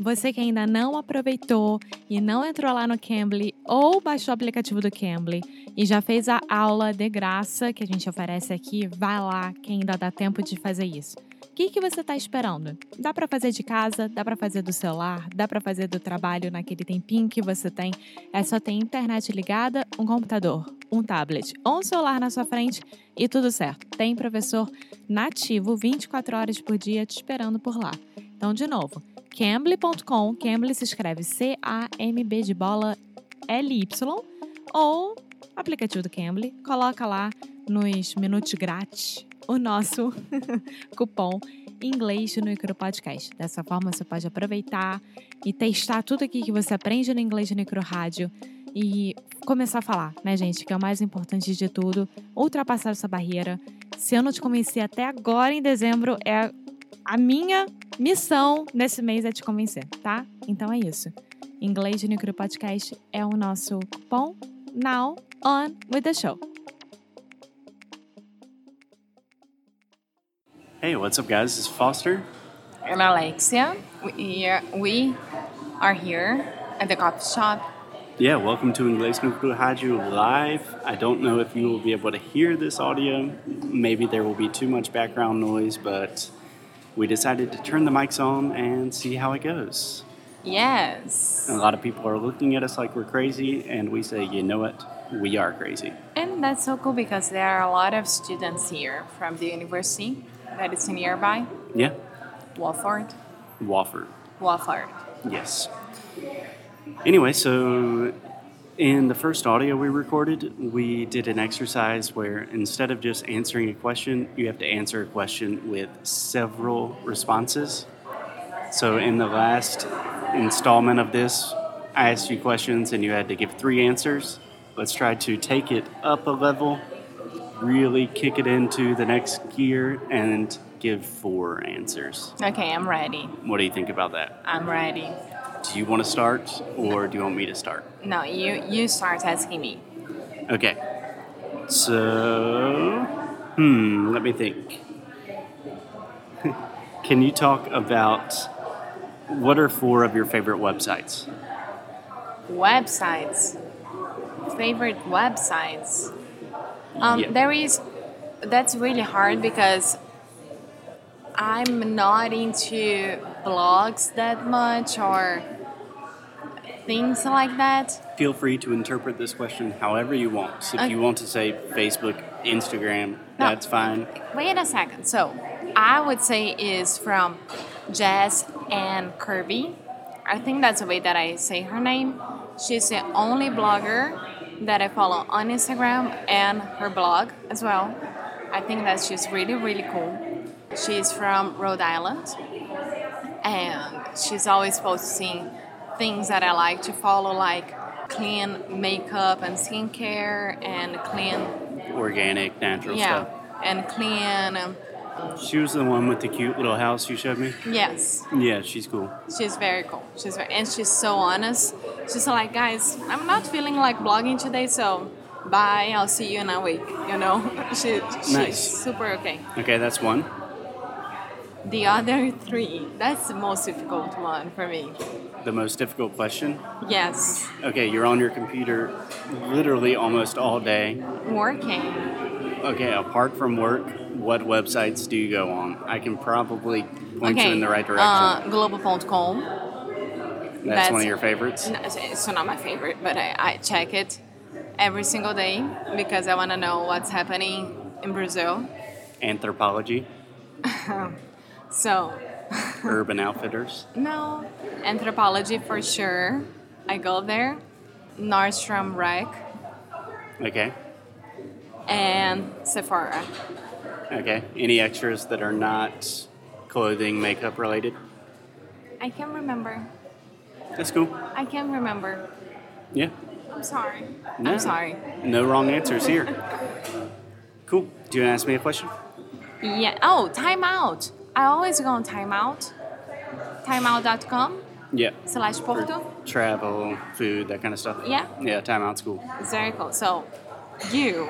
Você que ainda não aproveitou e não entrou lá no Cambly ou baixou o aplicativo do Cambly e já fez a aula de graça que a gente oferece aqui, vai lá que ainda dá tempo de fazer isso. O que, que você está esperando? Dá para fazer de casa, dá para fazer do celular, dá para fazer do trabalho naquele tempinho que você tem. É só ter internet ligada, um computador, um tablet ou um celular na sua frente e tudo certo. Tem professor nativo 24 horas por dia te esperando por lá. Então, de novo, cambly.com, Cambly se escreve C-A-M-B de bola L-Y, ou aplicativo do Cambly, coloca lá nos minutos grátis o nosso cupom inglês no micropodcast. Dessa forma, você pode aproveitar e testar tudo aqui que você aprende no inglês no micro rádio e começar a falar, né, gente? Que é o mais importante de tudo, ultrapassar essa barreira. Se eu não te convenci até agora, em dezembro, é a minha missão nesse mês é te convencer, tá? Então é isso. Inglês no micro podcast é o nosso cupom Now On With The Show. Hey, what's up, guys? This is Foster. and Alexia. We are, we are here at the coffee shop. Yeah, welcome to Inglês no Rádio Live. I don't know if you will be able to hear this audio. Maybe there will be too much background noise, but we decided to turn the mics on and see how it goes. Yes. And a lot of people are looking at us like we're crazy, and we say, you know what? We are crazy. And that's so cool because there are a lot of students here from the university that is nearby, Yeah, Wofford. Wofford. Wofford. Yes. Anyway, so in the first audio we recorded, we did an exercise where instead of just answering a question, you have to answer a question with several responses. So in the last installment of this, I asked you questions and you had to give three answers. Let's try to take it up a level, really kick it into the next gear, and give four answers. Okay, I'm ready. What do you think about that? I'm ready. Do you want to start or do you want me to start? No, you you start asking me. Okay. So, hmm, let me think. Can you talk about what are four of your favorite websites? Websites. Favorite websites. Um, Yeah. There is. That's really hard because I'm not into blogs that much or things like that. Feel free to interpret this question however you want. So if you want to say Facebook, Instagram, that's fine. Wait a second. So I would say is from Jess and Kirby. I think that's the way that I say her name. She's the only blogger that I follow on Instagram and her blog as well. I think that she's really, really cool. She's from Rhode Island. and she's always posting things that I like to follow, like clean makeup and skincare, and clean, Organic, natural yeah, and clean. um, stuff. She was the one with the cute little house you showed me. Yes, Yeah, she's cool. she's very cool. She's very, and she's so honest. She's like, guys, I'm not feeling like blogging today, so bye. I'll see you in a week. You know, she, she's Nice. super okay. Okay, that's one. The other three, that's the most difficult one for me. The most difficult question. Yes, Okay, you're on your computer literally almost all day. working. Okay, apart from work, what websites do you go on? I can probably point you in the right direction. Uh, Globo.com. that's, one of your favorites. N- It's not my favorite, but I, I check it every single day because I want to know what's happening in Brazil. Anthropology, So, Urban Outfitters. no, anthropology for sure. I go there. Nordstrom Rack Okay, and Sephora. okay. Any extras that are not clothing, makeup related? I can't remember. That's cool. I can't remember. Yeah. I'm sorry. No. I'm sorry. No wrong answers here. cool. Do you want to ask me a question? Yeah. Oh, timeout. I always go on timeout. Timeout.com Yeah. slash For Porto. travel, food, that kind of stuff. Yeah. Yeah. Timeout's cool. It's very cool. So, you,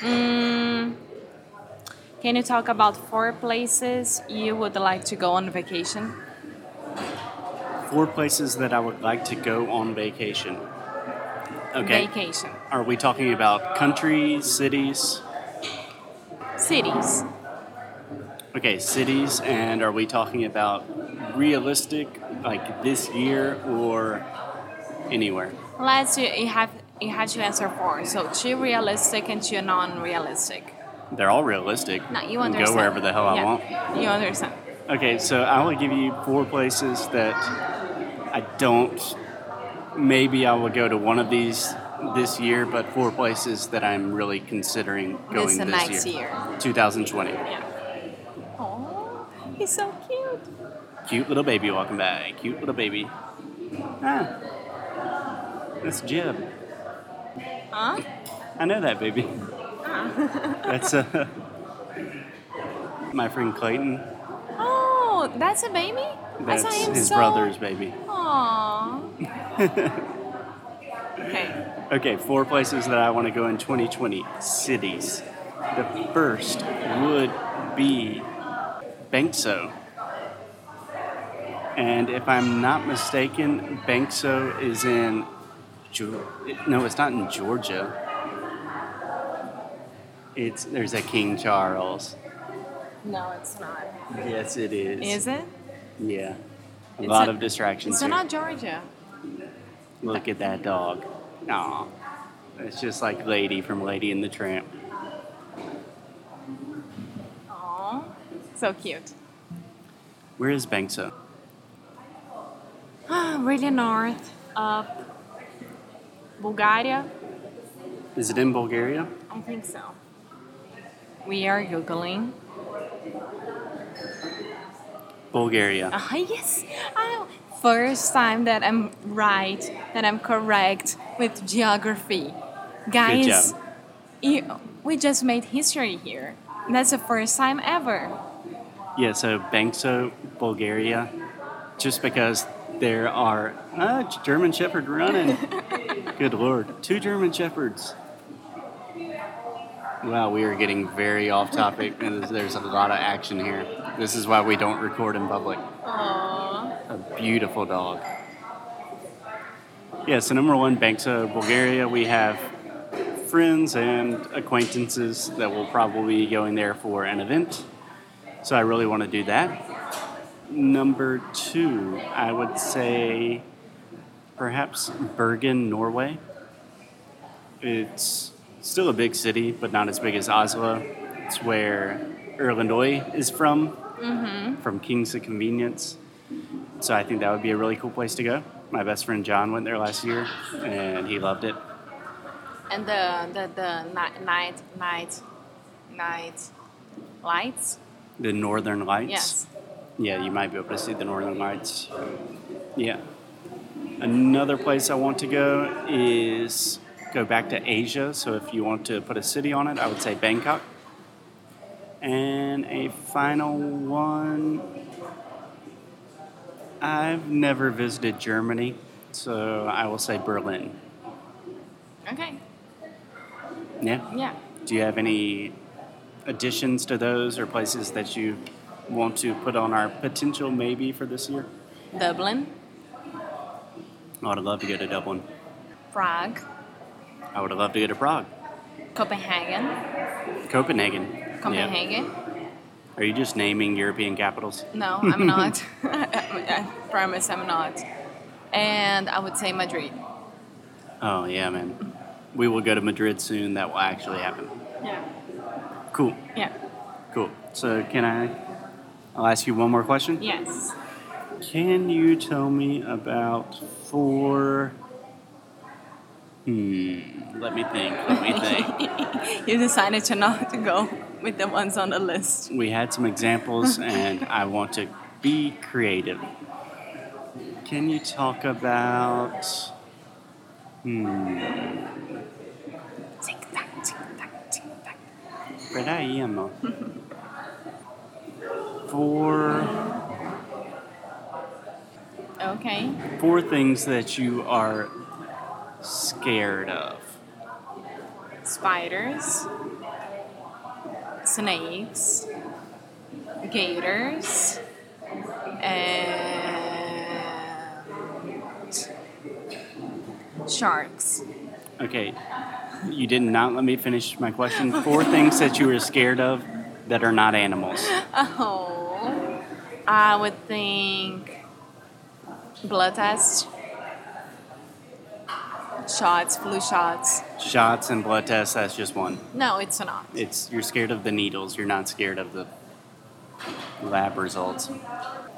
mm, can you talk about four places you would like to go on vacation? four places that I would like to go on vacation. Okay. Vacation. Are we talking about country, cities? Cities. Okay, cities, and are we talking about realistic, like this year or anywhere? Let's you you have you have to answer four. So two realistic and two non-realistic. They're all realistic. No, you I can understand. Go wherever the hell I Yeah, want. You understand. Okay, so I will give you four places that I don't. Maybe I will go to one of these this year, but four places that I'm really considering going This this, and next year. year. 2020. Yeah. Oh, he's so cute. Cute little baby walking by. Cute little baby. Ah, that's Jeb. Huh? Ah. I know that baby. that's uh, my friend Clayton. Oh, that's a baby. That's I saw him his so... brother's baby. Aww. okay. Okay, four places that I want to go in 2020 cities. The first would be Bankso. And if I'm not mistaken, Bankso is in. Geor- No, it's not in Georgia. It's there's a King Charles. No, it's not. Yes, it is. Is it? Yeah. A It's lot a- of distractions. It's here. not Georgia. Look at that dog. Aw. It's just like Lady from Lady and the Tramp. Aww. So cute. Where is Bankso? really north of Bulgaria. Is it in Bulgaria? I think so. We are googling. Bulgaria. Ah yes. I know. First time that I'm right, that I'm correct with geography, guys. job. You, we just made history here. That's the first time ever. Yeah, so Bankso, Bulgaria. Just because there are a German Shepherd running. Good lord. Two German Shepherds. Wow, we are getting very off topic, and there's- there's a lot of action here. This is why we don't record in public. Aww. A beautiful dog. Yeah, so number one, Banksa, Bulgaria. We have friends and acquaintances that will probably be going there for an event. So I really want to do that. Number two, I would say perhaps Bergen, Norway. It's still a big city, but not as big as Oslo. It's where Erlendoy is from, from Kings of Convenience. So I think that would be a really cool place to go. My best friend John went there last year, and he loved it. And the the the ni- night night night lights. The Northern Lights. Yes. Yeah, you might be able to see the Northern Lights. Yeah. Another place I want to go is go back to Asia. So if you want to put a city on it, I would say Bangkok. And a final one. I've never visited Germany, so I will say Berlin. Okay. Yeah. Yeah. Do you have any additions to those or places that you want to put on our potential maybe for this year? Dublin, I would love to go to Dublin. Prague, I would love to go to Prague, Copenhagen, Copenhagen. Yeah. Copenhagen. Are you just naming European capitals? No, I'm not. I promise I'm not. And I would say Madrid. Oh yeah, man. We will go to Madrid soon. That will actually happen. Yeah. Cool, Yeah. cool. So can I? I'll ask you one more question. Yes. Can you tell me about four? Hmm. Let me think. Let me think. you decided to not to go with the ones on the list. We had some examples, and I want to be creative. Can you talk about? Tick tack, tick tack, tick tack. Where I am? Four, Okay. four things that you are scared of. Spiders, snakes, gators, and sharks. Okay, you did not let me finish my question. Four things that you were scared of that are not animals. Oh, I would think blood test, shots, flu shots. Shots and blood tests, that's just one. No, it's not. It's you're scared of the needles, you're not scared of the lab results.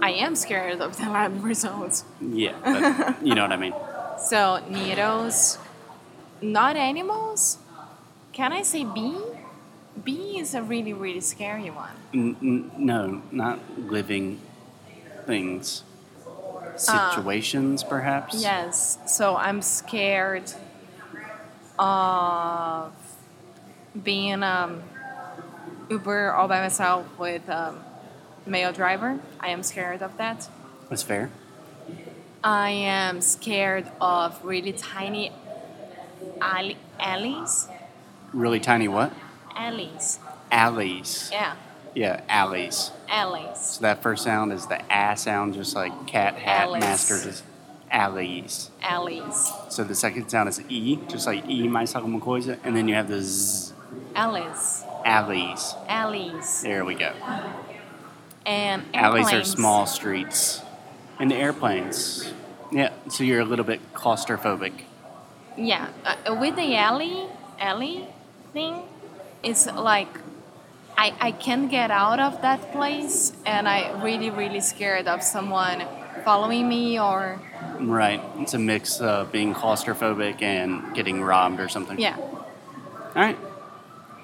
I am scared of the lab results. Yeah, but you know what I mean. So needles, not animals. Can I say bee? Bee is a really really scary one. N- n- no, not living things. Situations, perhaps? Yes. So I'm scared of being um, Uber all by myself with um, male driver. I am scared of that. That's fair. I am scared of really tiny alley- alleys. Really tiny what? Alleys. Alleys. Yeah, Yeah, alleys. alleys. So that first sound is the ah sound, just like cat, hat, Alleys. masters, is alleys. Alleys. So the second sound is E, just like E, Myself and McCoy's, and then you have the Z, Alleys. alleys. Alleys. There we go. And airplanes. Alleys are small streets. And the airplanes. Yeah, so you're a little bit claustrophobic. Yeah, uh, with the alley alley thing, it's like I I can't get out of that place, and I really really scared of someone following me or Right. It's a mix of being claustrophobic and getting robbed or something. yeah. All right.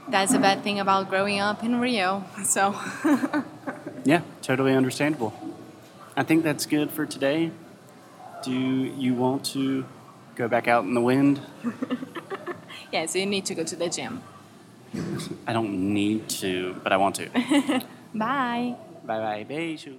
That's a bad thing about growing up in Rio. So Yeah, totally understandable. I think that's good for today. Do you want to go back out in the wind? yeah, so you need to go to the gym. I don't need to, but I want to. bye bye, Bye. beijo.